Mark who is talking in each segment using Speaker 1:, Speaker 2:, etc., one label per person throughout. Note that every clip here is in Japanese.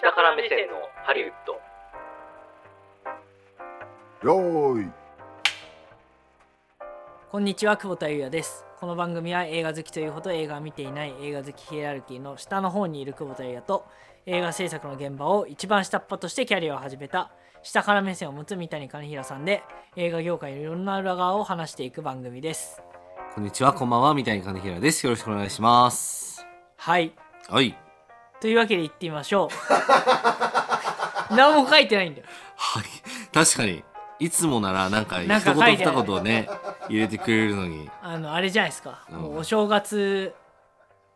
Speaker 1: 下から目線のハリウッド
Speaker 2: よーい
Speaker 3: こんにちは久保田裕也ですこの番組は映画好きというほど映画を見ていない映画好きヒエラルキーの下の方にいる久保田裕也と映画制作の現場を一番下っ端としてキャリアを始めた下から目線を持つ三谷兼平さんで映画業界のいろんな裏側を話していく番組です
Speaker 4: こんにちは、こんばんは、三谷金平です。よろしくお願いします。
Speaker 3: はい
Speaker 4: はい。
Speaker 3: というわけで言ってみましょ う何も書いてないんだよ
Speaker 4: はい。確かに、いつもなら、なんか、一
Speaker 3: なんか
Speaker 4: 言
Speaker 3: 書いてある
Speaker 4: 二言をね、入れてくれるのに。
Speaker 3: あのあれじゃないですか、
Speaker 4: うん
Speaker 3: もうお正月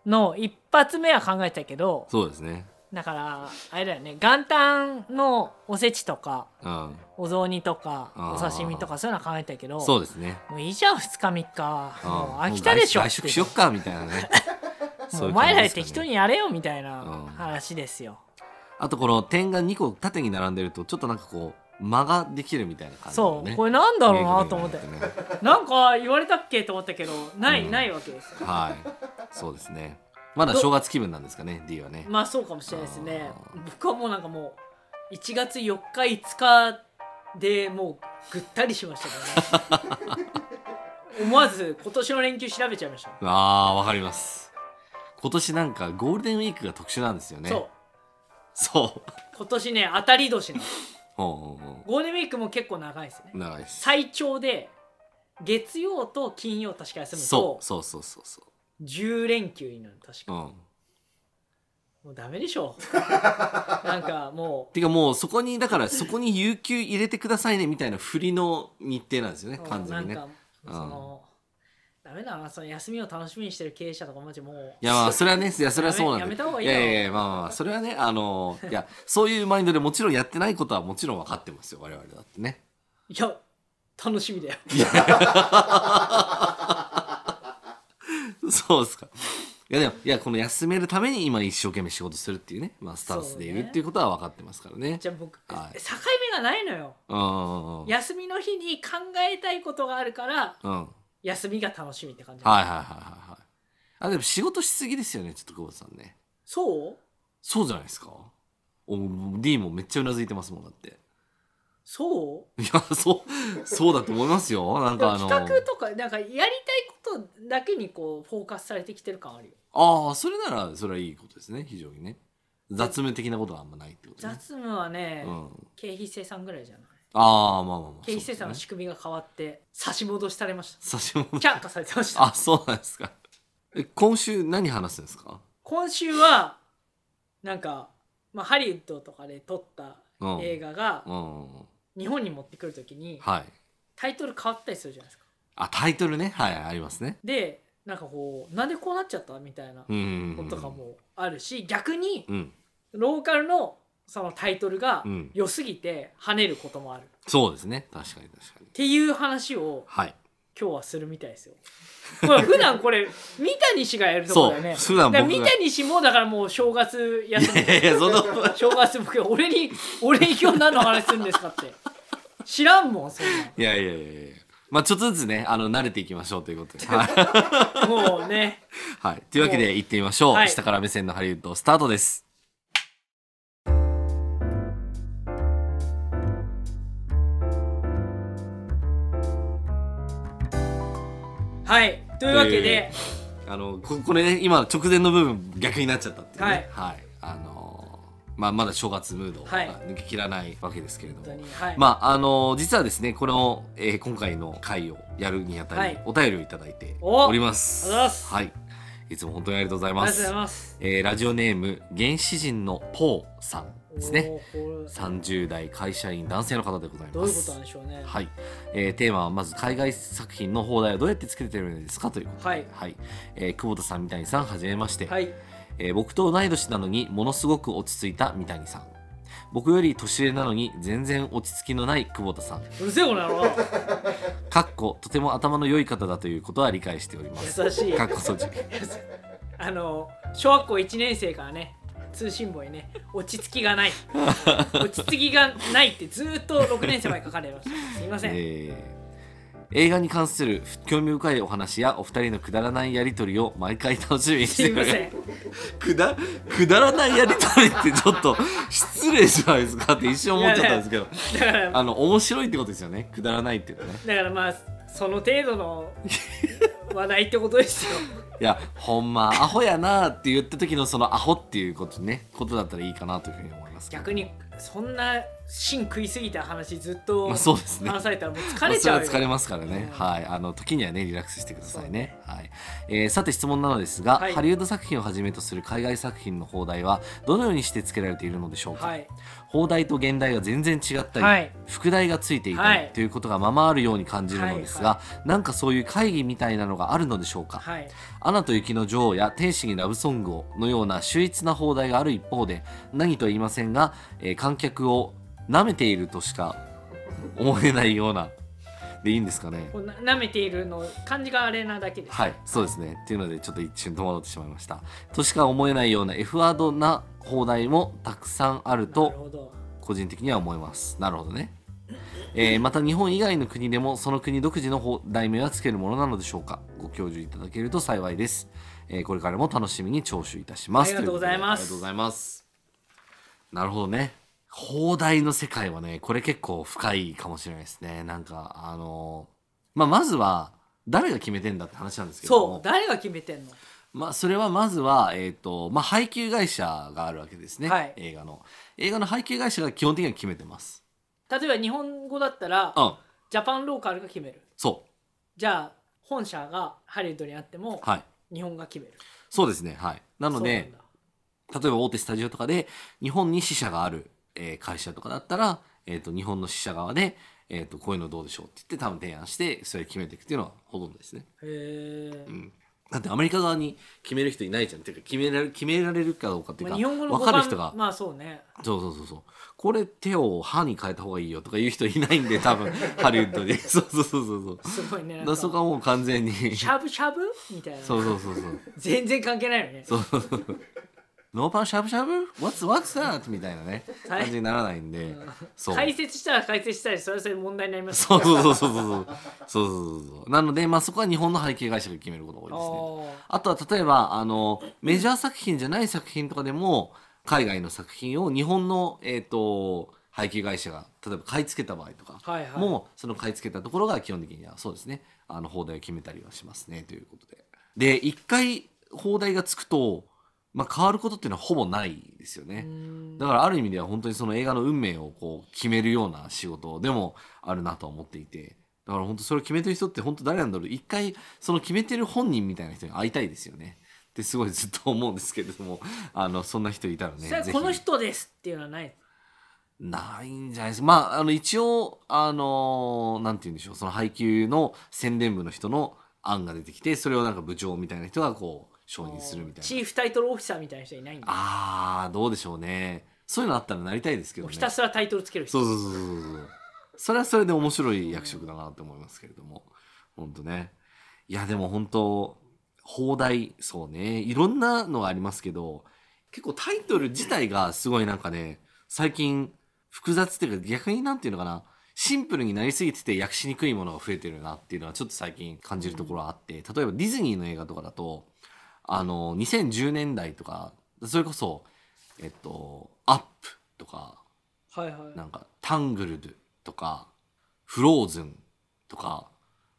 Speaker 3: の一発目は考えたけど
Speaker 4: そうですね。
Speaker 3: だからあれだよね元旦のおせちとか
Speaker 4: うん。
Speaker 3: お雑煮とか
Speaker 4: あ
Speaker 3: お
Speaker 4: ー
Speaker 3: 刺身とかそういうのは考えたけど
Speaker 4: そうですね。
Speaker 3: もういいじゃん2日3日は
Speaker 4: うん
Speaker 3: もう飽きたでしょ
Speaker 4: もう外食外食しよっか、みたい なね。
Speaker 3: も
Speaker 4: そううい
Speaker 3: お
Speaker 4: う感
Speaker 3: 前
Speaker 4: じ
Speaker 3: らで
Speaker 4: ですかね
Speaker 3: 適当にやれよみたいな
Speaker 4: うん
Speaker 3: 話ですよ、
Speaker 4: あと、この点が2個縦に並んでると、ちょっとなんかこう、間ができるみたいな感じの
Speaker 3: そ
Speaker 4: ね、
Speaker 3: うこれなんだろうなと思って
Speaker 4: ね
Speaker 3: なんか言われたっけと思ったけどない、
Speaker 4: うん
Speaker 3: ないわけですよ
Speaker 4: はい。そうですね。まだ正月気分なんですかね、D はね。
Speaker 3: まあそうかもしれないですね
Speaker 4: あー
Speaker 3: 僕はもうなんかもう1月4日5日でもうぐったりしましたから ね思わず今年の連休調べちゃいました、
Speaker 4: ああ、わかります。今年なんかゴールデンウィークが特殊なんですよね。
Speaker 3: そう
Speaker 4: そう。
Speaker 3: 今年ね当たり年の
Speaker 4: ほうほうほ
Speaker 3: ゴールデンウィークも結構長いです
Speaker 4: う。
Speaker 3: ね
Speaker 4: 長いです。
Speaker 3: 最長で月曜と金曜確か休む
Speaker 4: そ
Speaker 3: と
Speaker 4: うそうそうそうそ
Speaker 3: 10連休になる確
Speaker 4: う。
Speaker 3: か
Speaker 4: うん。
Speaker 3: もうダメでし ょなんかもう
Speaker 4: てかもうそこにだからそこに有給入れてくださいねみたいな振りの日程なんですよね完全にね
Speaker 3: なん。かその、ダメだなその休みを楽しみにしてる経営者とかマジもう
Speaker 4: いやまあそれはねいやそれはそうなんだ
Speaker 3: やめ
Speaker 4: けど
Speaker 3: やめた方がいい
Speaker 4: い
Speaker 3: よ
Speaker 4: やいやいやまあまあまあそれはねあのいやそういうマインドでもちろんやってないことはもちろん分かってますよ我々だってね。
Speaker 3: いや楽しみだよ
Speaker 4: そうですか。いやでもいやこの休めるために今一生懸命仕事するっていうね、まあ、スタンスでい
Speaker 3: そう
Speaker 4: る
Speaker 3: ね
Speaker 4: っていうことは分かってますからね。
Speaker 3: じゃあ僕、
Speaker 4: はい
Speaker 3: 境目がないのよ
Speaker 4: うんうんうん
Speaker 3: 休みの日に考えたいことがあるから
Speaker 4: うん。はい
Speaker 3: 休みが楽しみって感じ、
Speaker 4: はいはいはいはい。あでも仕事しすぎですよねちょっと久保田さんね。
Speaker 3: そう
Speaker 4: そうじゃないですか。お D もめっちゃうなずいてますもんだって。
Speaker 3: そう
Speaker 4: いやそうそうだと思いますよ。なん
Speaker 3: で
Speaker 4: か
Speaker 3: も
Speaker 4: あの
Speaker 3: 企画とかなんかやりたいことだけにこうフォーカスされてきてる感あるよ
Speaker 4: ああそれならそれはいいことですね非常にね。雑務的なことはあんまないってことね。
Speaker 3: 雑務はね、
Speaker 4: うん。
Speaker 3: 経費生産ぐらいじゃない
Speaker 4: ああまあまあまあ。
Speaker 3: 経費生産の仕組みが変わって差し戻しされまし
Speaker 4: 差し戻
Speaker 3: た
Speaker 4: し
Speaker 3: 却下されてました
Speaker 4: あ、そうなんですか。え、今週何話すんですか。
Speaker 3: 今週はなんか、まあ、ハリウッドとかで撮った
Speaker 4: うん。
Speaker 3: 映画が
Speaker 4: うん。
Speaker 3: 日本に持ってくるときに
Speaker 4: はい。
Speaker 3: タイトル変わったりするじゃないですか
Speaker 4: あ、タイトルね。はい、ありますね。
Speaker 3: でなんかこうなんでこうなっちゃったみたいな
Speaker 4: うんうんう
Speaker 3: こ
Speaker 4: ん。
Speaker 3: とかもあるし逆に
Speaker 4: うん。
Speaker 3: ローカルのそのタイトルが
Speaker 4: うん
Speaker 3: 良すぎて跳ねることもある
Speaker 4: そうですね。確かに、確かに
Speaker 3: っ。ていう話を
Speaker 4: はい。
Speaker 3: 今日はするみたいですよ。これ普段これ三谷氏がやるとこだよね。
Speaker 4: そう普段僕が
Speaker 3: だから三谷氏もだからもう正月
Speaker 4: い
Speaker 3: 休み
Speaker 4: やいや、その。
Speaker 3: 正月僕俺に俺に今日何の話するんですかって知らんもんそん
Speaker 4: いやいやいやいや。まあ、ちょっとずつね、あの、慣れていきましょうということ で。はい。
Speaker 3: なもうね
Speaker 4: はい。というわけで、行ってみましょう。
Speaker 3: はい
Speaker 4: 下から目線のハリウッドスタートです。
Speaker 3: はいというわけで、
Speaker 4: あの、こ、これね、今直前の部分、逆になっちゃったっていうね。はい。あのー。まあ、まだ正月ムードが
Speaker 3: はい
Speaker 4: 抜けきらないわけですけれども、
Speaker 3: 本当にはい、
Speaker 4: まああの実はですねこの、えー今回の回をやるにあたり、
Speaker 3: はい
Speaker 4: お便りをいただいております。
Speaker 3: おありがとうござ
Speaker 4: はい、いつも本当にありがとうござい
Speaker 3: あ
Speaker 4: ま
Speaker 3: りがとうござい
Speaker 4: す。
Speaker 3: ます。
Speaker 4: えーラジオネーム原始人のポーさんですね。
Speaker 3: おー。これ
Speaker 4: 30代会社員男性の方でございます。
Speaker 3: どういうことなんでしょうね。
Speaker 4: はい、えーテーマはまず海外作品の放題をどうやってつけてるんですかということで、
Speaker 3: はい
Speaker 4: えー久保田さん、三谷さん、はじめまして、
Speaker 3: はい。
Speaker 4: えー僕と同い年なのにものすごく落ち着いた三谷さん僕より年上なのに全然落ち着きのない久保田さん
Speaker 3: うるせえこの野郎。
Speaker 4: かっことても頭の良い方だということは理解しております。
Speaker 3: 優しい
Speaker 4: かっこ閉じ。
Speaker 3: あの小学校1年生からね通信簿にね落ち着き がない落ち着きがないってずーっと6年生前に書かれましたすいません、
Speaker 4: えー映画に関する興味深いお話やお二人のくだらないやりとりを毎回楽しみにし
Speaker 3: す
Speaker 4: て
Speaker 3: いません
Speaker 4: くだくだらないやりとりってちょ っと失礼じゃないですかって一瞬思っちゃったんですけど、
Speaker 3: だからだ
Speaker 4: あの面白いってことですよねくだらないっていうのね
Speaker 3: からまあその程度の話題ってことですよ
Speaker 4: いやほんまアホやなって言った時のそのアホっていうことねことだったらいいかなというふうに思いますけど
Speaker 3: 逆にそんな芯食いすぎた話ずっと
Speaker 4: まあそうですね
Speaker 3: 話されたらもう疲れちゃうよ、
Speaker 4: まあそれは疲れますからね、
Speaker 3: うん
Speaker 4: はいあの時にはねリラックスしてくださいねはいえーさて質問なのですが、
Speaker 3: はい
Speaker 4: ハリウッド作品をはじめとする海外作品の放題はどのようにして付けられているのでしょうか、
Speaker 3: はい
Speaker 4: 放題と現代が全然違ったり、
Speaker 3: はい
Speaker 4: 副題がついていた
Speaker 3: は
Speaker 4: り
Speaker 3: い
Speaker 4: ということがままあるように感じるのですが、なんかそういう会議みたいなのがあるのでしょうか、
Speaker 3: はい
Speaker 4: アナと雪の女王や天使にラブソングをのような秀逸な放題がある一方で何とは言いませんが、えー観客を舐めているとしか思えないような でいいんですかね
Speaker 3: こうな舐めているの感じがあれなだけです、
Speaker 4: はいそうですねっていうのでちょっと一瞬戸惑ってしまいましたとしか思えないような F ワードな放題もたくさんある
Speaker 3: なる
Speaker 4: と
Speaker 3: ほど
Speaker 4: 個人的には思いますなるほどね、えーまた日本以外の国でもその国独自の放題名はつけるものなのでしょうかご教授いただけると幸いです、えーこれからも楽しみに聴取いたします
Speaker 3: ありがとうございます
Speaker 4: ということでありがとうございますなるほどね放題の世界はねこれ結構深いかもしれないですねなんかあのーまあまずは誰が決めてんだって話なんですけど
Speaker 3: そう
Speaker 4: も
Speaker 3: 誰が決めてんの
Speaker 4: まあ、それはまずは、えーとまあ、配給会社があるわけですね、
Speaker 3: はい
Speaker 4: 映画の映画の配給会社が基本的には決めてます
Speaker 3: 例えば日本語だったら
Speaker 4: うん
Speaker 3: ジャパンローカルが決める
Speaker 4: そ
Speaker 3: じゃあ本社がハリウッドにあっても
Speaker 4: うはい
Speaker 3: 日本が決める、
Speaker 4: そうですねはいなので例えば大手スタジオとかで日本に支社がある、えー会社とかだったら、えー、と日本の支社側で、えー、とこういうのどうでしょうって言って多分提案してそれ決めていくっていうのはほとんどですね、
Speaker 3: そうなんだへえ、
Speaker 4: うん、だってアメリカ側に決める人いないじゃんっていうか決められる決められるかどうかっていうか、
Speaker 3: まあ、日本語の
Speaker 4: 分
Speaker 3: 語
Speaker 4: か
Speaker 3: 感
Speaker 4: る人が
Speaker 3: まあそうね
Speaker 4: そうそうそうそうこれ手を歯に変えた方がいいよとか言う人いないん で多分ハリウッドでそうそうそうそうそう
Speaker 3: すごいねな
Speaker 4: だか
Speaker 3: んから
Speaker 4: そこはもう完全に
Speaker 3: しゃぶしゃぶみたいな
Speaker 4: そうそうそうそう
Speaker 3: 全然関係ないよね
Speaker 4: そうノーパンしゃぶしゃぶ ?What's, what's that? みたいなね
Speaker 3: はい
Speaker 4: 感じにならないんで、そう
Speaker 3: 解説したら解説したりそれはそれ問題になります
Speaker 4: そうそうそうそうそうそうそうそうそうなので、まあ、そこは日本の背景会社が決めることが多いですね
Speaker 3: あ
Speaker 4: あとは例えばあのメジャー作品じゃない作品とかでも海外の作品を日本の、えー、と配給会社が例えば買い付けた場合とか
Speaker 3: ーはいはい
Speaker 4: も、その買い付けたところが基本的にはそうですねあの放題を決めたりはしますねということでで一回放題がつくと、まあ、変わることっていうのはほぼないですよね、
Speaker 3: ん
Speaker 4: だからある意味では本当にその映画の運命をこう決めるような仕事でもあるなとは思っていてだから本当それを決めてる人って本当誰なんだろう一回その決めてる本人みたいな人に会いたいですよねってすごいずっと思うんですけれどもあのそんな人いたらね
Speaker 3: それは
Speaker 4: ぜひ
Speaker 3: この人ですっていうのはない
Speaker 4: ないんじゃないですか。まあ、あの、一応、あのーなんて言うんでしょう、その配給の宣伝部の人の案が出てきて、それをなんか部長みたいな人がこう、承認するみた
Speaker 3: チ
Speaker 4: いな。
Speaker 3: ーフタイトルオフィサーみたいな人いないんだ
Speaker 4: あー、どうでしょうね。そういうのあったらなりたいですけど
Speaker 3: もう
Speaker 4: ね。
Speaker 3: ひたすらタイトルつける
Speaker 4: そ
Speaker 3: 人
Speaker 4: うそうそうそうそう。それはそれで面白い役職だなと思いますけれども。本当ね。いや、でも本当放題、そうね。いろんなのがありますけど、結構タイトル自体がすごいなんかね、最近複雑っていうか逆になんていうのかな。シンプルになりすぎてて訳しにくいものが増えてるなっていうのはちょっと最近感じるところはあって、例えばディズニーの映画とかだと、あの、2010年代とか、それこそ、えっと、アップとか、
Speaker 3: はいはい
Speaker 4: なんか「タングルド」とか「フローズン」とか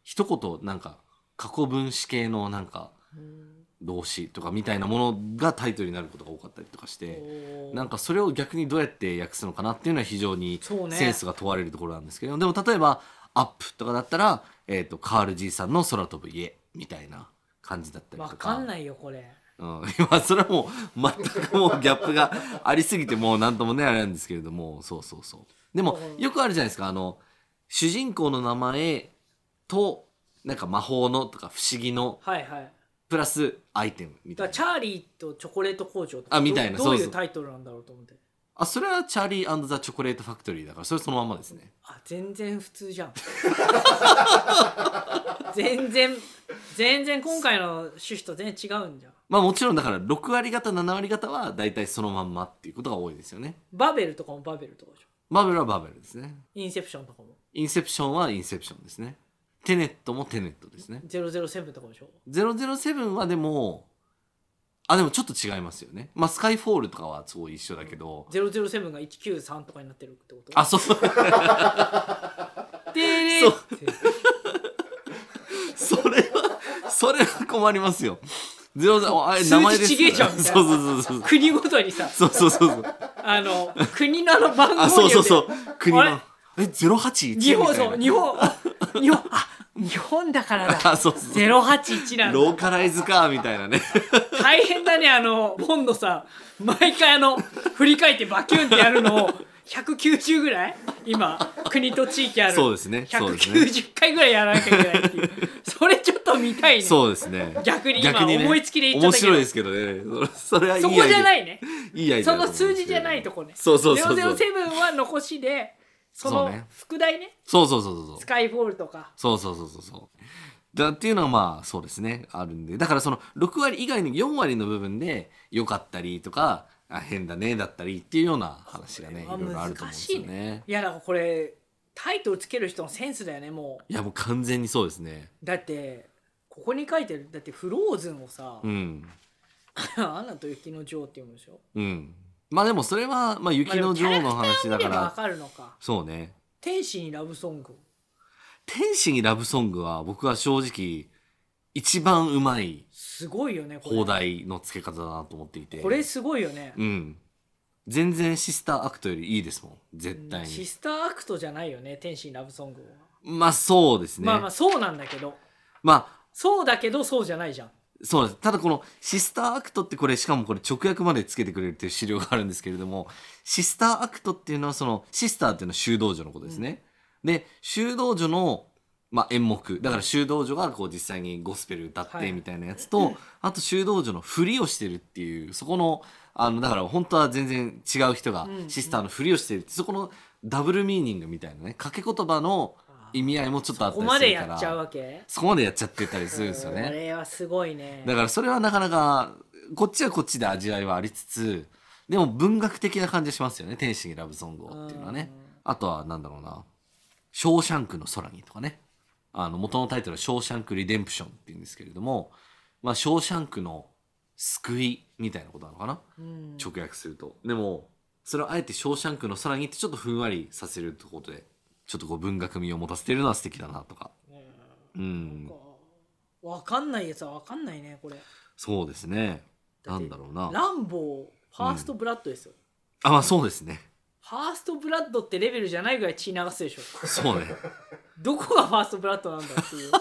Speaker 4: 一言なんか過去分詞系のなんか
Speaker 3: うん
Speaker 4: 動詞とかみたいなものがタイトルになることが多かったりとかしてなんかそれを逆にどうやって訳すのかなっていうのは非常に
Speaker 3: そうね
Speaker 4: センスが問われるところなんですけど、でも例えば「アップ」とかだったら、えー、とカール爺さんの「空飛ぶ家」みたいな感じだったりとか。
Speaker 3: 分かんないよこれ
Speaker 4: うん、 今それはもう全くもうギャップがありすぎてもう何ともねあれなんですけれどもそうそうそうでもよくあるじゃないですかあの主人公の名前となんか魔法のとか不思議の
Speaker 3: はいはい
Speaker 4: プラスアイテムみ
Speaker 3: だか
Speaker 4: たい
Speaker 3: らチ
Speaker 4: な
Speaker 3: ャーリーとチョコレート工場とか
Speaker 4: あみたいな
Speaker 3: どど
Speaker 4: そ
Speaker 3: う
Speaker 4: う
Speaker 3: い
Speaker 4: そう
Speaker 3: うタイトルなんだろうと思って
Speaker 4: あそれはチャーリーザ・チョコレートファクトリーだからそれそのまんまですね
Speaker 3: あ全然普通じゃん 全然全然今回の趣旨と全然違うんじゃん
Speaker 4: まあもちろんだから6割方7割方は大体そのまんまっていうことが多いですよね
Speaker 3: バベルとかもバベルとかでしょ
Speaker 4: バベルはバベルですね
Speaker 3: インセプションとかも
Speaker 4: インセプションはインセプションですねテネットもテネットですね
Speaker 3: 007とかでしょ
Speaker 4: 007はでもあでもちょっと違いますよねまあスカイフォールとかはすごい一緒だけど、
Speaker 3: 007が193とかになってるってこと
Speaker 4: あそうそう
Speaker 3: でれ
Speaker 4: そう
Speaker 3: って
Speaker 4: それはそれは困りますよ0あれ
Speaker 3: 数字
Speaker 4: 名前です
Speaker 3: ちげえじゃんみたいな
Speaker 4: そうそうそうそう
Speaker 3: 国ごとにさ
Speaker 4: そうそうそうそう
Speaker 3: あの国のあの番号
Speaker 4: あ
Speaker 3: によ
Speaker 4: そう
Speaker 3: って
Speaker 4: そうそう国
Speaker 3: あれ
Speaker 4: のえ0 8
Speaker 3: 日本そう日本あ日本あ日本だからだ
Speaker 4: あそうそう
Speaker 3: 081なんだ
Speaker 4: ローカライズかみたいなね
Speaker 3: 大変だねあのボンドさ毎回あの振り返ってバキュンってやるのを190ぐらい今国と地域ある
Speaker 4: そうですねそうですね
Speaker 3: 190回ぐらいやらなきゃいけないっていうそれちょっと見たいね
Speaker 4: そうですね
Speaker 3: 逆に今
Speaker 4: 逆にね
Speaker 3: 思いつきで言っち
Speaker 4: 面
Speaker 3: ゃったけど
Speaker 4: 白いですけどねそれそれはいい
Speaker 3: そこじゃないいね
Speaker 4: いいアイデアだ
Speaker 3: そ
Speaker 4: と思
Speaker 3: の
Speaker 4: うんですけど
Speaker 3: 数字じゃないとこね
Speaker 4: そうそうそうそう
Speaker 3: 007は残しでそ
Speaker 4: そう
Speaker 3: の
Speaker 4: ね
Speaker 3: 副題ね
Speaker 4: そうそうそうそうそう
Speaker 3: スカイフォールとか
Speaker 4: そうそうそうそうそう。だっていうのはまあそうですねあるんでだからその6割以外の4割の部分で良かったりとかあ変だねだったりっていうような話がねい
Speaker 3: こ
Speaker 4: ろ
Speaker 3: れはい
Speaker 4: ろあると思うんですよ
Speaker 3: 難しい
Speaker 4: ね。
Speaker 3: いやだからこれタイトルつける人のセンスだよねも
Speaker 4: いやもう完全にそうですね。
Speaker 3: うだってここに書いてるだってフローズンをさ
Speaker 4: う、ん、
Speaker 3: アナと雪の女王って読むでしょ
Speaker 4: うん、まあでもそれは、まあ、雪の女王の話だ
Speaker 3: 見
Speaker 4: か
Speaker 3: ればわ
Speaker 4: ら
Speaker 3: かるのか
Speaker 4: そうね
Speaker 3: 天使にラブソング
Speaker 4: 天使にラブソングは僕は正直一番うまい
Speaker 3: すごいよねこれ
Speaker 4: 放題の付け方だなと思っていて
Speaker 3: これすごいよね、
Speaker 4: うん、全然シスターアクトよりいいですもん絶対に。
Speaker 3: シスターアクトじゃないよね天使にラブソングは、
Speaker 4: まあそうですね。
Speaker 3: まあまあそうなんだけど
Speaker 4: まあ
Speaker 3: そうだけどそうじゃないじゃん
Speaker 4: そうです。ただこのシスターアクトってこれしかもこれ直訳までつけてくれるっていう資料があるんですけれども、シスターアクトっていうのはそのシスターっていうのは修道女のことですね。で、修道女のまあ演目、だから修道女がこう実際にゴスペル歌っ
Speaker 3: はい
Speaker 4: てみたいなやつと、あと修道女のふりをしてるっていう、そこの、あの、だから本当は全然違う人が
Speaker 3: うん
Speaker 4: シスターのふりをしてるって、そこのダブルミーニングみたいなね、掛け言葉の意味合いもちょっとあった
Speaker 3: ここ
Speaker 4: り
Speaker 3: ますで
Speaker 4: るか
Speaker 3: や
Speaker 4: ら。
Speaker 3: っちゃうわけ
Speaker 4: そこまでやっちゃってたりするんですよ
Speaker 3: こ
Speaker 4: ね。
Speaker 3: れはすごいね
Speaker 4: だからそれはなかなか、こっちはこっちで味わいはありつつ、でも文学的な感じがしますよね。天使にラブソングをっていうのはね。あとはなんだろうな。ショーシャンクの空にとかね。あの、元のタイトルはショーシャンクリデンプションって言うんですけれども、まあ、ショーシャンクの救いみたいなことなのかな。
Speaker 3: うん
Speaker 4: 直訳すると。でも、それをあえてショーシャンクの空にってちょっとふんわりさせるってことで、ちょっとこう文学味を持たせてるのは素敵だなとか。
Speaker 3: ね
Speaker 4: う
Speaker 3: なん
Speaker 4: ん
Speaker 3: か。わかんないやつはわかんないねこれ
Speaker 4: そうですね。
Speaker 3: だ
Speaker 4: な
Speaker 3: って
Speaker 4: んだろうな。
Speaker 3: ランボーファーストブラッドですよ、
Speaker 4: あ、まあそうですね。
Speaker 3: ファーストブラッドってレベルじゃないぐらい血流すでしょ
Speaker 4: そうね。
Speaker 3: どこがファーストブラッドなんだっ ていう、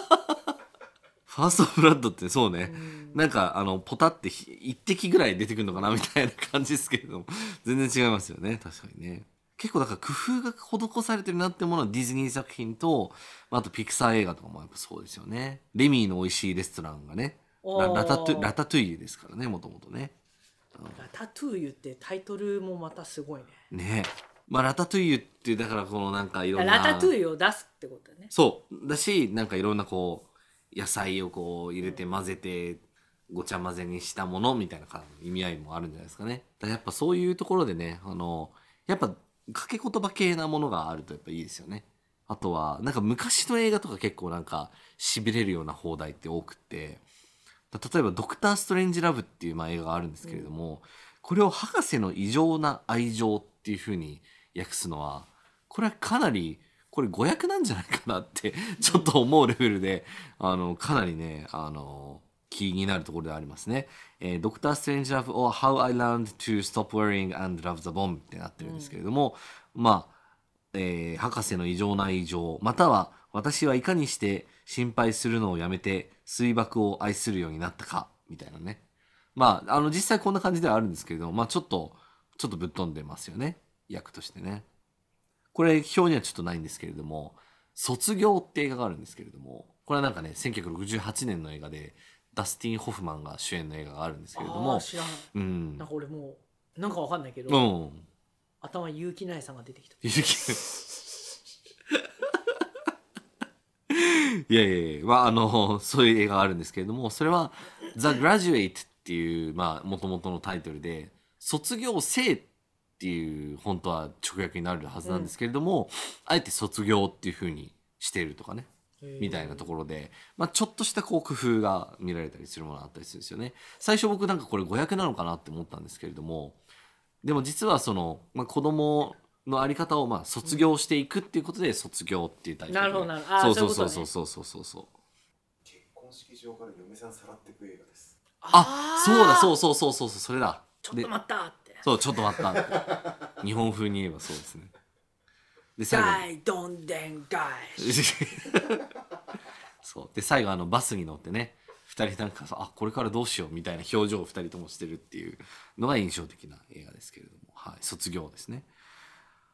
Speaker 4: ファーストブラッドってそうね
Speaker 3: う。ん
Speaker 4: なんかあのポタってひ一滴ぐらい出てくるのかなみたいな感じですけれども全然違いますよね確かにね結構だから工夫が施されてるなってものはディズニー作品とまああとピクサー映画とかもやっぱそうですよねレミーの美味しいレストランがねララタトゥラ
Speaker 3: ラ
Speaker 4: タトゥイユですからねもともとね
Speaker 3: タトゥーユってタイトルもまたすごいね
Speaker 4: ねまあラタトゥイユってだからこのなんかいろんな
Speaker 3: ラタトゥーユを出すってことだね
Speaker 4: そうだしなんかいろんなこう野菜をこう入れて混ぜてごちゃ混ぜにしたものみたいな感じの意味合いもあるんじゃないですかねだからやっぱそういうところでねあのやっぱ掛け言葉系なものがあるとやっぱいいですよねあとはなんか昔の映画とか結構なんかしびれるような放題って多くってだ例えば「ドクター・ストレンジ・ラブ」っていうまあ映画があるんですけれども、これを「博士の異常な愛情」っていうふうに訳すのはこれはかなりこれ誤訳なんじゃないかなってちょっと思うレベルであのかなりねあの気になるところではありますね。えー、Dr. Strange Love or How I Learned to Stop Worrying and Love the Bomb ってなってるんですけれども、まあ、えー博士の異常な異常または私はいかにして心配するのをやめて水爆を愛するようになったかみたいなねまああの実際こんな感じではあるんですけれどもまあちょっとちょっとぶっ飛んでますよね役としてねこれ表にはちょっとないんですけれども「卒業」って映画があるんですけれどもこれはなんかね1968年の映画でダスティン・ホフマンが主演の映画があるんですけれど
Speaker 3: あー
Speaker 4: も
Speaker 3: 知らない
Speaker 4: うん
Speaker 3: なんか俺もうなんかわかんないけど、
Speaker 4: うん
Speaker 3: 頭結城苗さんが出て きた
Speaker 4: ゆきいやいやいや、まあ、あのそういう映画があるんですけれどもそれは「The Graduate」っていうまあもともとのタイトルで「卒業生」っていう本当は直訳になるはずなんですけれども、あえて「卒業」っていうふうにしているとかねみたいなところで、まあ、ちょっとしたこう工夫が見られたりするものがあったりするんですよね。最初僕なんかこれ500なのかなって思ったんですけれどもでも実はその、まあ、子供のあり方をまあ卒業していくっていうことで卒業っていうタイプで
Speaker 3: なるほどなるほどあー
Speaker 4: そうそう
Speaker 3: そ
Speaker 4: そう
Speaker 3: いうう
Speaker 4: そうそうそうそう
Speaker 2: 結婚式場から嫁さんさらってく映画です
Speaker 4: あそうだそううそうそうそうそうそれだ
Speaker 3: ちょっと待ったって
Speaker 4: そうちょっと待ったって日本風に言えばそうですねで最後に
Speaker 3: 大どんでん返し
Speaker 4: そうで最後あのバスに乗ってね2人なんかさあこれからどうしようみたいな表情を2人ともしてるっていうのが印象的な映画ですけれども、はい、卒業ですね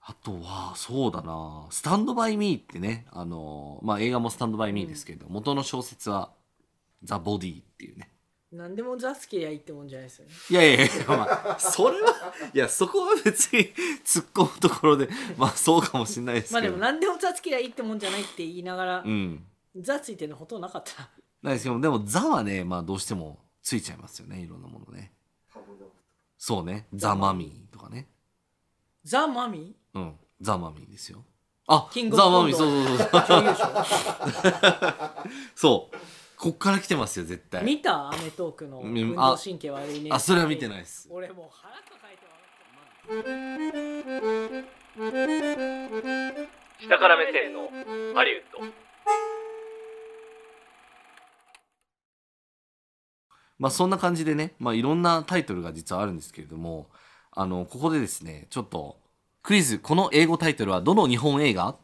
Speaker 4: あとはそうだな「スタンド・バイ・ミー」ってねあの、まあ、映画も「スタンド・バイ・ミー」ですけれど、元の小説は「ザ・ボディ」っていうね
Speaker 3: 何でもザ好きでやいいってもんじゃないですよね
Speaker 4: いやいやいや、まあ、それは、いや、そこは別に突っ込むところで、まあ、そうかもしれないです
Speaker 3: まあ
Speaker 4: け
Speaker 3: で
Speaker 4: ど。
Speaker 3: も何でもザ好きでやいいってもんじゃないって言いながら、
Speaker 4: うん。
Speaker 3: ザついてるのほとんどなかったな
Speaker 4: ないですけど、でも、ザはね、まあ、どうしてもついちゃいますよね、いろんなものね。
Speaker 2: 多分の
Speaker 4: そうね、ザ・マミーとかね。
Speaker 3: ザ・マミ
Speaker 4: うん、ザ・マミーですよ。あ、
Speaker 3: キング
Speaker 4: ザ・
Speaker 3: オ
Speaker 4: マ
Speaker 3: ブ
Speaker 4: ミー、
Speaker 3: コ
Speaker 4: そうそうそうそう。
Speaker 3: ー女優賞
Speaker 4: そう。こっから来てますよ、絶対。
Speaker 3: 見たアメトークの
Speaker 4: うん
Speaker 3: 運動神経悪いね
Speaker 4: あそれは見てないっす
Speaker 3: 俺もう腹抱えて笑ってる
Speaker 1: 下から目線のハリウッド
Speaker 4: まあそんな感じでね、まあいろんなタイトルが実はあるんですけれども、あの、ここでですね、ちょっとクイズ、この英語タイトルはどの日本映画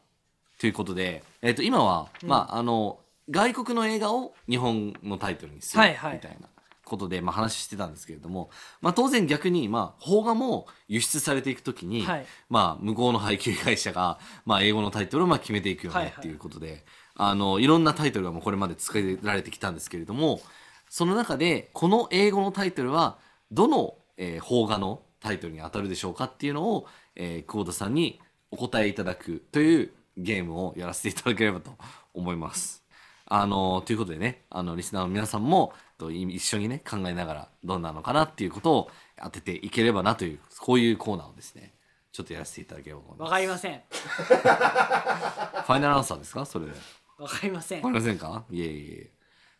Speaker 4: ということで、えっ、と、今は、
Speaker 3: うん
Speaker 4: まああの、外国の映画を日本のタイトルにする
Speaker 3: は
Speaker 4: み
Speaker 3: いはい
Speaker 4: たいなことで、まあ話してたんですけれども、まあ当然逆に、まあ邦画も輸出されていくときに、
Speaker 3: はい
Speaker 4: まあ向こうの配給会社が、まあ英語のタイトルをまあ決めていくよ
Speaker 3: はいは
Speaker 4: ね
Speaker 3: い
Speaker 4: っていうことで、あの、いろんなタイトルがもうこれまで作られてきたんですけれども、その中でこの英語のタイトルはどの、えー邦画のタイトルに当たるでしょうかっていうのを、えー、久保田さんにお答えいただくというゲームをやらせていただければと思います。あのということでねあのリスナーの皆さんもとい一緒にね考えながらどんなのかなっていうことを当てていければなというこういうコーナーをですねちょっとやらせていただければと思います。
Speaker 3: わかりません
Speaker 4: ファイナルアンサーですかそれで。
Speaker 3: わかりません
Speaker 4: わかりませんかいえいえいえ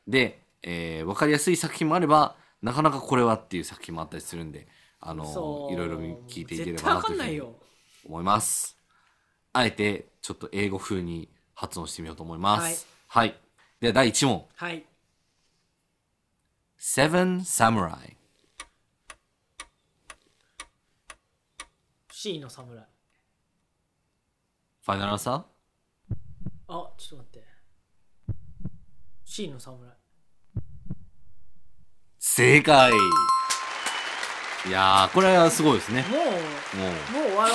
Speaker 4: で、えー、分かりやすい作品もあればなかなかこれはっていう作品もあったりするんであの
Speaker 3: そう
Speaker 4: いろいろ聞いていければなと
Speaker 3: 絶対わか
Speaker 4: い
Speaker 3: ん
Speaker 4: う
Speaker 3: な
Speaker 4: ふう
Speaker 3: い
Speaker 4: に
Speaker 3: よ
Speaker 4: 思いますあえてちょっと英語風に発音してみようと思いますはい、では第1問
Speaker 3: はい
Speaker 4: 「Seven Samurai
Speaker 3: C の侍」
Speaker 4: ファイナルアンサー
Speaker 3: あちょっと待って C の侍
Speaker 4: 正解いやーこれはすごいですね
Speaker 3: も
Speaker 4: もう
Speaker 3: うもう終わ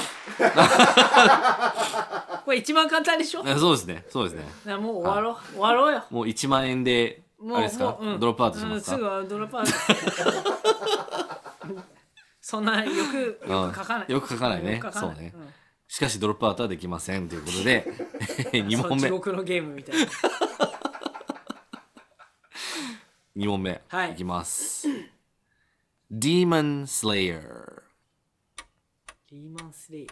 Speaker 3: ろ うこれ一番簡単でしょ
Speaker 4: えそうですねそうですね
Speaker 3: なもう終わろう終わろうよ
Speaker 4: もう1万円で
Speaker 3: もう
Speaker 4: あれですか、
Speaker 3: もううん
Speaker 4: ドロップアウトしますか、
Speaker 3: うんすぐドロップアウト そんなよくよく書かない、
Speaker 4: うんよく書かないね
Speaker 3: よく書か
Speaker 4: そうね
Speaker 3: ん
Speaker 4: しかしドロップアウトはできませんということ で2
Speaker 3: そう
Speaker 4: 問目
Speaker 3: 地獄のゲームみたいな
Speaker 4: 2問目、
Speaker 3: はい
Speaker 4: きます「Demon Slayer」
Speaker 3: リーマンスレイヤ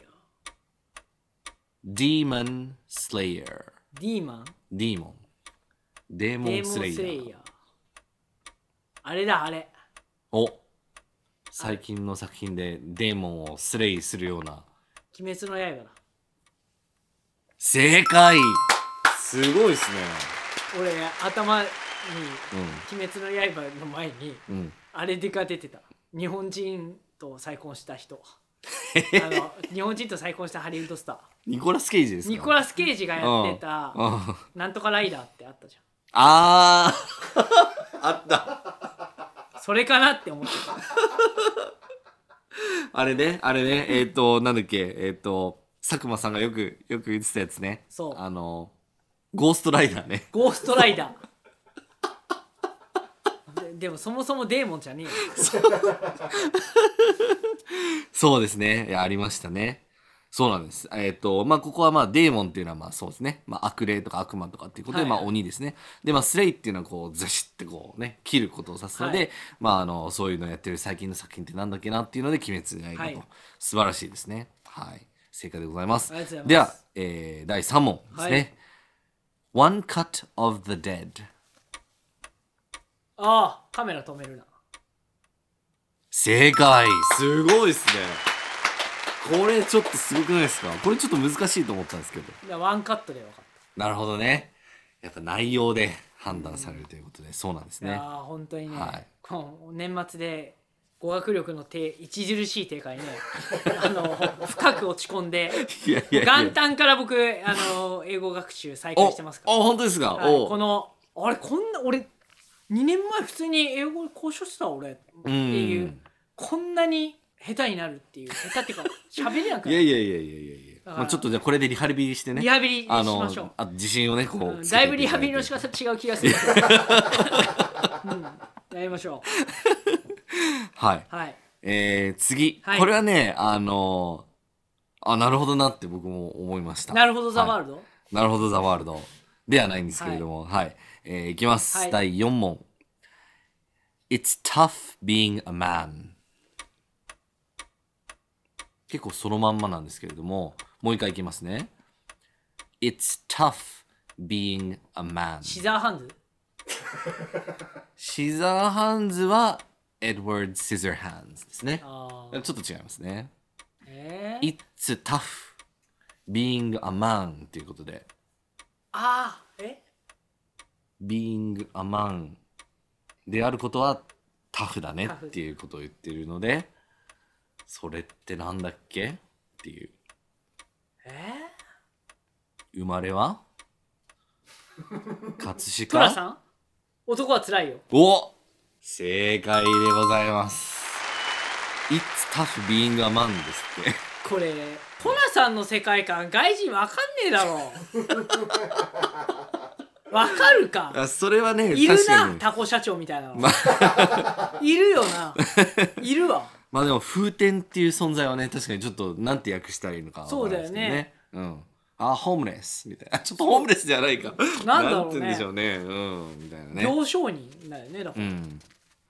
Speaker 3: ー
Speaker 4: 「Demon Slayer」
Speaker 3: ディーマン
Speaker 4: 「デーモン」「デーモ
Speaker 3: デー
Speaker 4: ン
Speaker 3: モン
Speaker 4: ス
Speaker 3: ス
Speaker 4: レイ
Speaker 3: レ
Speaker 4: ヤ
Speaker 3: イ
Speaker 4: ー
Speaker 3: ヤーあれだあれ」
Speaker 4: お最近の作品でデーモンをスレイするような
Speaker 3: 鬼滅の刃だ
Speaker 4: 正解すごいですね
Speaker 3: 俺頭に
Speaker 4: う
Speaker 3: 鬼滅の刃の前に
Speaker 4: んうん
Speaker 3: あれでか出てた日本人と再婚し た人あの日本人と再婚したハリウッドスタ
Speaker 4: ニコラス・ケイジで
Speaker 3: ー
Speaker 4: すか
Speaker 3: ニコラス・ケイジがやってた
Speaker 4: うんうん
Speaker 3: なんとかライダーってあったじゃ
Speaker 4: あーあった
Speaker 3: んそれかなって思ってた
Speaker 4: あれね、あれね、えっ、と、なんだっけ、えっ、と、佐久間さんがよく、よく言ってたやつね。
Speaker 3: そう
Speaker 4: あの、ゴーストライダーね。
Speaker 3: ゴーストライダーででもそもそもデーモンじゃねえよ
Speaker 4: そうですね。いや、ありましたね。そうなんです。えっ、と、まあ、ここはまあ、デーモンっていうのはまあ、そうですね。まあ、悪霊とか悪魔とかっていうことで、
Speaker 3: はい
Speaker 4: ま
Speaker 3: はい
Speaker 4: あ、鬼ですね。で、まあ、スレイっていうのはこう、ずしってこうね、切ることを指すので、
Speaker 3: はい
Speaker 4: まあ、あの、そういうのをやってる最近の作品ってなんだっけなっていうので、鬼滅の刃と、
Speaker 3: はい
Speaker 4: 素晴らしいですね。はい。正解でございます。
Speaker 3: ありがとうございます
Speaker 4: では、えー第3問ですね。 One Cut of the Dead
Speaker 3: ああカメラ止めるな
Speaker 4: 正解すごいですねこれちょっとすごくないですかこれちょっと難しいと思ったんですけど
Speaker 3: いやワンカットで分かっ
Speaker 4: なるほどねやっぱ内容で判断されるということでそうなんです
Speaker 3: た、い
Speaker 4: ね
Speaker 3: やー本当にね、
Speaker 4: はい
Speaker 3: この年末で語学力の低著しい低 下にねあの深く落ち込んで
Speaker 4: いやいやいや
Speaker 3: 元旦から僕あの英語学習再開
Speaker 4: お
Speaker 3: してますから
Speaker 4: お本当ですか、
Speaker 3: はい
Speaker 4: お
Speaker 3: このあれこんな俺2年前普通に英語で交渉してた俺っていう、
Speaker 4: うん
Speaker 3: こんなに下手になるっていう 下手っていうか喋れなく
Speaker 4: い
Speaker 3: な
Speaker 4: や
Speaker 3: る
Speaker 4: いやいやいやいやいや、
Speaker 3: はい
Speaker 4: まあ、ちょっとじゃあこれでリハビリしてね
Speaker 3: リハビリし
Speaker 4: あ
Speaker 3: ま
Speaker 4: の
Speaker 3: しょう
Speaker 4: あ自信をねこう、
Speaker 3: うんだいぶリハビリの仕
Speaker 4: 方
Speaker 3: 方違う気がする、うん、やりましょ
Speaker 4: はい、
Speaker 3: うはい
Speaker 4: えー、次、
Speaker 3: はい
Speaker 4: これはねあのあなるほどなって僕も思いました
Speaker 3: なるほどザワ
Speaker 4: ド、
Speaker 3: ールド、
Speaker 4: はいなるほどザワールドではないんですけれどもはい、えーいきます、
Speaker 3: はい
Speaker 4: 第4問 It's tough being a man 結構そのまんまなんですけれどももう一回いきますね It's tough being a man
Speaker 3: シザーハンズ
Speaker 4: シザーハンズはエドワード・シザーハンズですね。
Speaker 3: あ
Speaker 4: ちょ
Speaker 3: ー
Speaker 4: っと違いますね。
Speaker 3: えー、
Speaker 4: It's tough being a man ということで。
Speaker 3: あーえ
Speaker 4: being a man であることはタフだねっていうことを言ってるので、それってなんだっけっていう。
Speaker 3: え
Speaker 4: 生まれ は葛
Speaker 3: ー、トラ
Speaker 4: 飾
Speaker 3: さん男は辛いよ
Speaker 4: お正解でございます。It's tough being a man ですって。
Speaker 3: これコナさんの世界観外人わかんねえ だろわかるか
Speaker 4: あそれはね
Speaker 3: いる
Speaker 4: 確か
Speaker 3: な
Speaker 4: に
Speaker 3: タコ社長みたいなの、 いるよ ないるわ
Speaker 4: まあでも風天っていう存在はね確かにちょっとなんて訳したらいいのかわからないですけどうんあホームレスみたいな ちょっとホームレスじゃないか
Speaker 3: なんだろうね
Speaker 4: て言うんでしょうねうんみたいなね
Speaker 3: 行商人だよねだか
Speaker 4: う
Speaker 3: ら、
Speaker 4: ん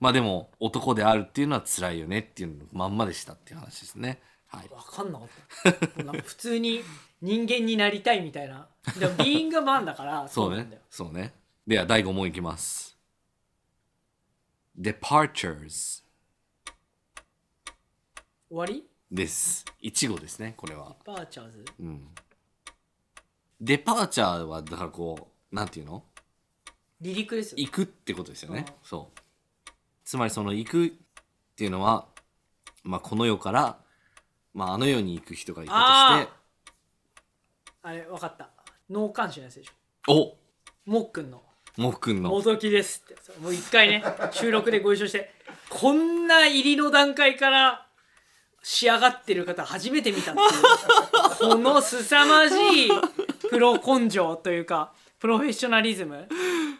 Speaker 4: まあでも男であるっていうのは辛いよねっていうのまんまでしたっていう話ですねはい
Speaker 3: わかんなかったなんか普通に人間になりたいみたいなで もビーイングマンだから
Speaker 4: そう
Speaker 3: なんだ
Speaker 4: ね
Speaker 3: よ
Speaker 4: そうねでは第5問いきます Departures
Speaker 3: 終わり
Speaker 4: です1号ですねこれは
Speaker 3: バーチャーズ
Speaker 4: うんデパーチャーはだからこうなんていうの
Speaker 3: 離陸ですよ
Speaker 4: 行くってことですよね
Speaker 3: うん
Speaker 4: そうつまりその行くっていうのは、まあ、この世から、まあ、あの世に行く人がいたとして
Speaker 3: ああれわかった脳幹視のやつでしょ
Speaker 4: お
Speaker 3: もっくんの
Speaker 4: もふくんの
Speaker 3: 元木ですってそうもう一 回ね収録でご一緒してこんな入りの段階から仕上がってる方初めて見たっていうこの凄まじいプロ根性というかプロフェッショナリズム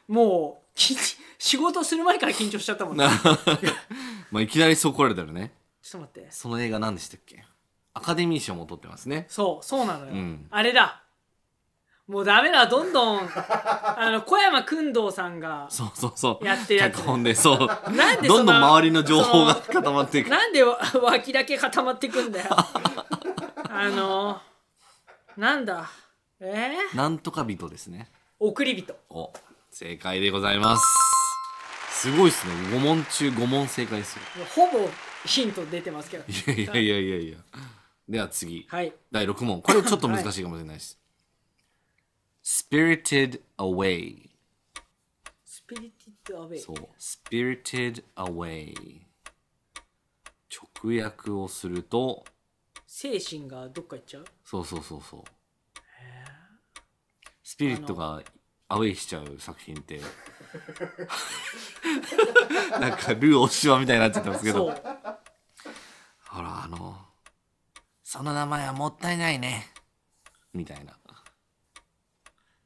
Speaker 3: もう緊張仕事する前から緊張しちゃったもんね
Speaker 4: な まあいきなりそう来られたらね
Speaker 3: ちょっと待って
Speaker 4: その映画何でしたっけアカデミー賞も取ってますね
Speaker 3: そうそうなのよ、
Speaker 4: うん
Speaker 3: あれだもうダメだどんどんあの小山君堂さんが
Speaker 4: そうそうそう
Speaker 3: やってるやつ
Speaker 4: 脚本でそう
Speaker 3: なんで
Speaker 4: ど
Speaker 3: そ
Speaker 4: んどん周りの情報が固まっていく
Speaker 3: なんでわ脇だけ固まってくんだよあのなんだえー、
Speaker 4: なんとか人ですね
Speaker 3: 送り人
Speaker 4: お正解でございますすごいですね5問中5問正解ですよ
Speaker 3: ほぼヒント出てますけど
Speaker 4: いやいやいやいやいや。では次、
Speaker 3: はい
Speaker 4: 第6問。これちょっと難しいかもしれないです。spirited away。
Speaker 3: スピリティッドアウェイ
Speaker 4: そう。spirited away。直訳をすると、
Speaker 3: 精神がどっか行っちゃう
Speaker 4: そうそうそうそう。スピリットがアウェイしちゃう作品 って。なんかルーおしわみたいになっちゃってますけ
Speaker 3: そ
Speaker 4: ど。
Speaker 3: う
Speaker 4: ほら、あの、その名前はもったいないね。みたいな。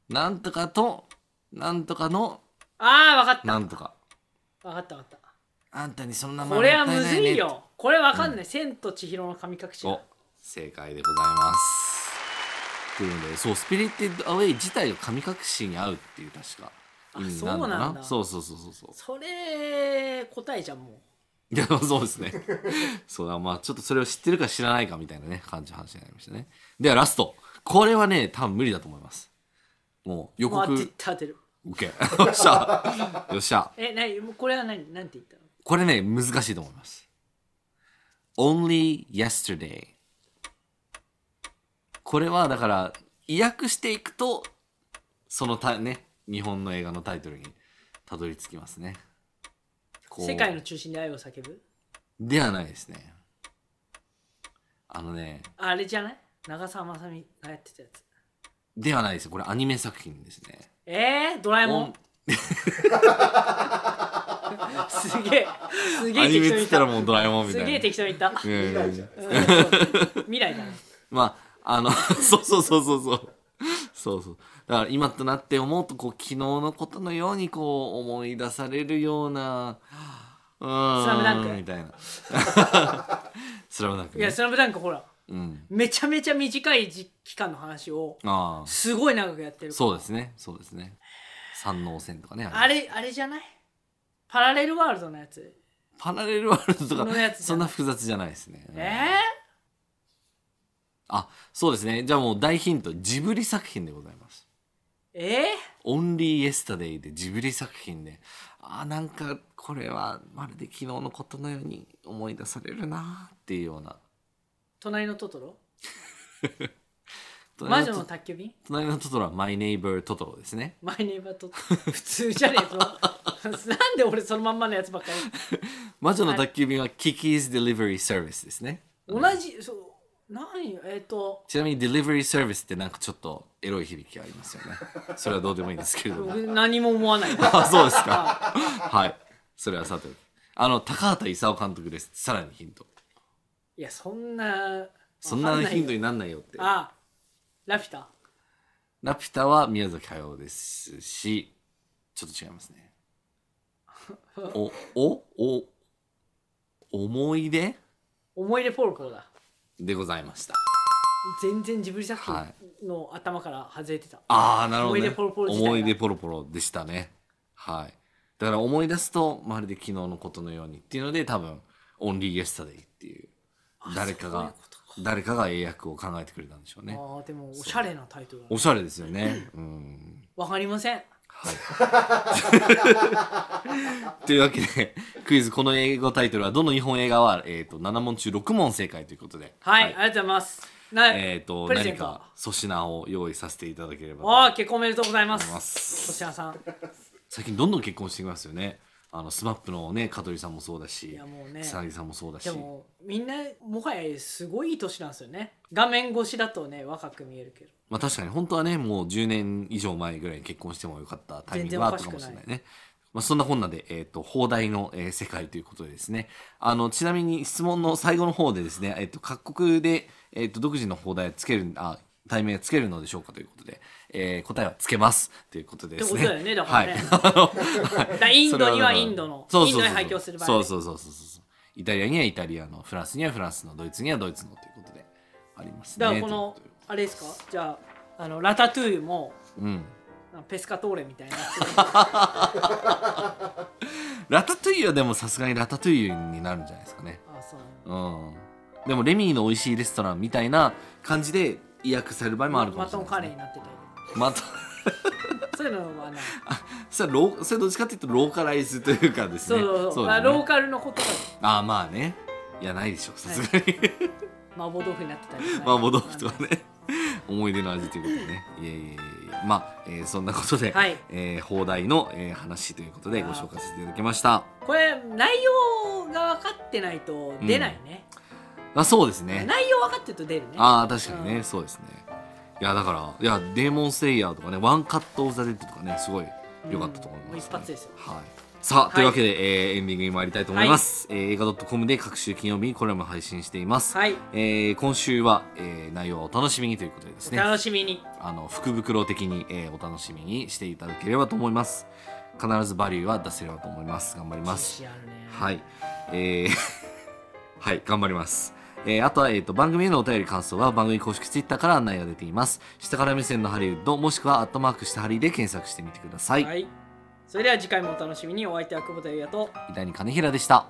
Speaker 4: なんとかと、なんとかの、
Speaker 3: ああ分かっ
Speaker 4: なんとか。
Speaker 3: た分かった分かっ
Speaker 4: あんたにその名
Speaker 3: た
Speaker 4: 前
Speaker 3: これはむずい
Speaker 4: もっ
Speaker 3: よこれ分かんない、千と千尋の神隠した
Speaker 4: いないね。お、正解でございます。というので、そう、スピリテッドアウェイ自体を神隠しに合うっていう確か。
Speaker 3: あ
Speaker 4: 意味なのか
Speaker 3: そうなんだ
Speaker 4: そうそうそうそうそう。
Speaker 3: それ答えじゃんも
Speaker 4: いや、そうですね。 そうだ、まあ、ちょっとそれを知ってるか知らないかみたいなね、感じの話になりましたね。では、ラスト。これはね、多分無理だと思います。もう予
Speaker 3: もうあ
Speaker 4: 告
Speaker 3: 絶対当てる
Speaker 4: OK よっしゃよっしゃ
Speaker 3: えなにもうこれは何なんて言ったの
Speaker 4: これね難しいと思います Only yesterday これはだから意訳していくとそのたね日本の映画のタイトルにたどり着きますねこう
Speaker 3: 世界の中心で愛を叫ぶ
Speaker 4: ではないですねあのね
Speaker 3: あれじゃない長澤まさみがやってたやつ
Speaker 4: ではないですこれアニメ作品ですね
Speaker 3: えー、ドラえもんすげえすげ
Speaker 4: ア
Speaker 3: え
Speaker 4: ニメっつ
Speaker 3: 適当に
Speaker 4: ったら
Speaker 3: 言っ
Speaker 4: もうドラえもん
Speaker 3: た
Speaker 4: みた
Speaker 3: す
Speaker 4: いな
Speaker 3: げえ適当に言った
Speaker 4: うん
Speaker 2: 未来じゃないですか。
Speaker 3: 未来だね
Speaker 4: まああの そうそうそうそうそうそうそうだから今となって思うとこう昨日のことのようにこう思い出されるような「うーん
Speaker 3: スラムダンク
Speaker 4: みたい な「スラムダンク
Speaker 3: い
Speaker 4: ね
Speaker 3: や「スラムダンクほら
Speaker 4: うん
Speaker 3: めちゃめちゃ短い時期間の話を
Speaker 4: ああ
Speaker 3: すごい長くやってる
Speaker 4: そうですねそうですね三能線とかね
Speaker 3: あ
Speaker 4: れ
Speaker 3: れあれじゃないパラレルワールドのやつ
Speaker 4: パラレルワールドと
Speaker 3: そのや
Speaker 4: か
Speaker 3: つじ
Speaker 4: そ
Speaker 3: ゃない
Speaker 4: んな複雑じゃないですね、
Speaker 3: え
Speaker 4: あそうですねじゃあもう大ヒントジブリ作品でございます
Speaker 3: ー、え
Speaker 4: オンリー・イエスタデイでジブリ作品であーなんかこれはまるで昨日のことのように思い出されるなーっていうような
Speaker 3: 隣のトトロ魔
Speaker 4: 隣
Speaker 3: 女
Speaker 4: の
Speaker 3: の
Speaker 4: ト
Speaker 3: 宅急便
Speaker 4: 隣のトトロはマイ・ネイバー・トトロですね
Speaker 3: マイネイバートトロ 普通じゃねえぞ なんで俺そのまんまのやつばっかり
Speaker 4: 魔女の宅急便は Kiki's Delivery Service ですね
Speaker 3: 同じそう何えっ、と
Speaker 4: ちなみに Delivery Service ってなんかちょっとエロい響きがありますよねそれはどうでもいいんですけれども
Speaker 3: 僕何も思わない
Speaker 4: あそうですかはいそれはさておきあの高畑勲監督ですさらにヒント
Speaker 3: いやそんな
Speaker 4: そんなヒント
Speaker 3: に
Speaker 4: になんないよって
Speaker 3: あラピュタ
Speaker 4: ラピュタは宮崎駿ですし、ちょっと違いますね。お、お、お、思い出
Speaker 3: 思い出ポルコだ
Speaker 4: でございました。
Speaker 3: 全然ジブリ作
Speaker 4: は
Speaker 3: 品の頭から外れてた、
Speaker 4: ああ、なるほど、ね。
Speaker 3: 思い出ポロポロ自体が
Speaker 4: 思い出ポロポロでしたね。はい。だから思い出すと、まるで昨日のことのようにっていうので、多分、オンリーイエスタデイっていう、誰か
Speaker 3: そういう
Speaker 4: が
Speaker 3: こ、
Speaker 4: 誰かが英訳を考えてくれたんでしょうね。
Speaker 3: あーでもおしゃれなタイトルだ
Speaker 4: おしゃれですよね。うん。
Speaker 3: わかりません
Speaker 4: はい。というわけで、 クイズ、この英語タイトルは、どの日本映画は、えっ、と、7問中6問正解ということで、
Speaker 3: はい、ありがとうございますな
Speaker 4: えっ、と、
Speaker 3: プレゼン
Speaker 4: 何
Speaker 3: ト
Speaker 4: か粗品を用意させていただければと
Speaker 3: あ
Speaker 4: 思
Speaker 3: あ結婚おめでとうございま
Speaker 4: いますす。
Speaker 3: 粗品さん
Speaker 4: 最近どんどん結婚してきますよね。あの、スマップのね、香取さんもそうだ
Speaker 3: い
Speaker 4: し
Speaker 3: や、もうね
Speaker 4: 草薙さんもそうだし
Speaker 3: で、もみんなもはやすごいいい年なんですよね画面越しだとね若く見えるけど
Speaker 4: まあ確かに本当はね、もう10年以上前ぐらいに結婚してもよかったタイミングはあったかもしれないね。まあそんなこんなで、えっ、と、放題の、えー世界ということでですね。あの、ちなみに質問の最後の方でですね、えっ、と、各国で、えっ、と、独自の放題をつける、あ、題名をつけるのでしょうかということで、えー答えはつけますということでですね。
Speaker 3: ってことだよねだからね
Speaker 4: はいあのはい
Speaker 3: だからイン
Speaker 4: そ
Speaker 3: ドに
Speaker 4: れだか
Speaker 3: は
Speaker 4: ら
Speaker 3: インドの
Speaker 4: そう
Speaker 3: イン
Speaker 4: そう
Speaker 3: ド
Speaker 4: そう
Speaker 3: に
Speaker 4: そう
Speaker 3: 配供する場合
Speaker 4: そうそうそうそうそうイタリアにはイタリアのフランスにはフランスのドイツにはドイツのということでありますね
Speaker 3: だからこの
Speaker 4: ということ
Speaker 3: あれですかじゃああのラタトゥーユも
Speaker 4: でうん
Speaker 3: あのペスカトーレみ たいな
Speaker 4: ラタトゥイユはでもさすがにラタトゥイユになるんじゃないですかね
Speaker 3: あそう
Speaker 4: うんでもレミーの美味しいレストランみたいな感じで意訳される場合もあるかも
Speaker 3: マ
Speaker 4: しれな
Speaker 3: トン
Speaker 4: い
Speaker 3: カレ
Speaker 4: で
Speaker 3: ー
Speaker 4: すね
Speaker 3: になってたり
Speaker 4: また
Speaker 3: そういうの はない
Speaker 4: それはローそれどっちかっていうとローカライズというかです
Speaker 3: そう
Speaker 4: ね
Speaker 3: そうそう
Speaker 4: だ
Speaker 3: あ
Speaker 4: ね
Speaker 3: ローカルのことが
Speaker 4: ああまあねいやないでしょうさすがに
Speaker 3: 麻婆豆腐になってた りとか
Speaker 4: 麻婆豆腐とかね思い出の味ということでねいえいえいえいえまあ、えーそんなことで、
Speaker 3: はい
Speaker 4: えー放題の、えー話ということでご紹介させていただきました
Speaker 3: これ内容が分かってないと出ないね、
Speaker 4: あそうですね
Speaker 3: 内容分かってると出るね
Speaker 4: ああ確かにね、
Speaker 3: うん
Speaker 4: そうですねいやだからいやデーモンスレイヤーとかねワンカットオブザデッドとかねすごい良かったと思います、ね
Speaker 3: うんもう一発ですよ
Speaker 4: はいさ
Speaker 3: い
Speaker 4: あというわけで、えーエンディングに参りたいと思います、えー映画 .com で各週金曜日にこれも配信しています、
Speaker 3: はい
Speaker 4: えー今週は、えー内容をお楽しみにということでです
Speaker 3: お
Speaker 4: ね
Speaker 3: 楽しみに
Speaker 4: あの福袋的に、えーお楽しみにしていただければと思います必ずバリューは出せればと思います頑張ります
Speaker 3: 自信あるね
Speaker 4: はいえー はい頑張りますえーあとは、えー、と番組へのお便り感想は番組公式 Twitter から案内が出ています下から目線のハリウッドもしくはアットマークしたハリで検索してみてください、
Speaker 3: はいそれでは次回もお楽しみにお相手は久保田裕也と
Speaker 4: 伊谷金平でした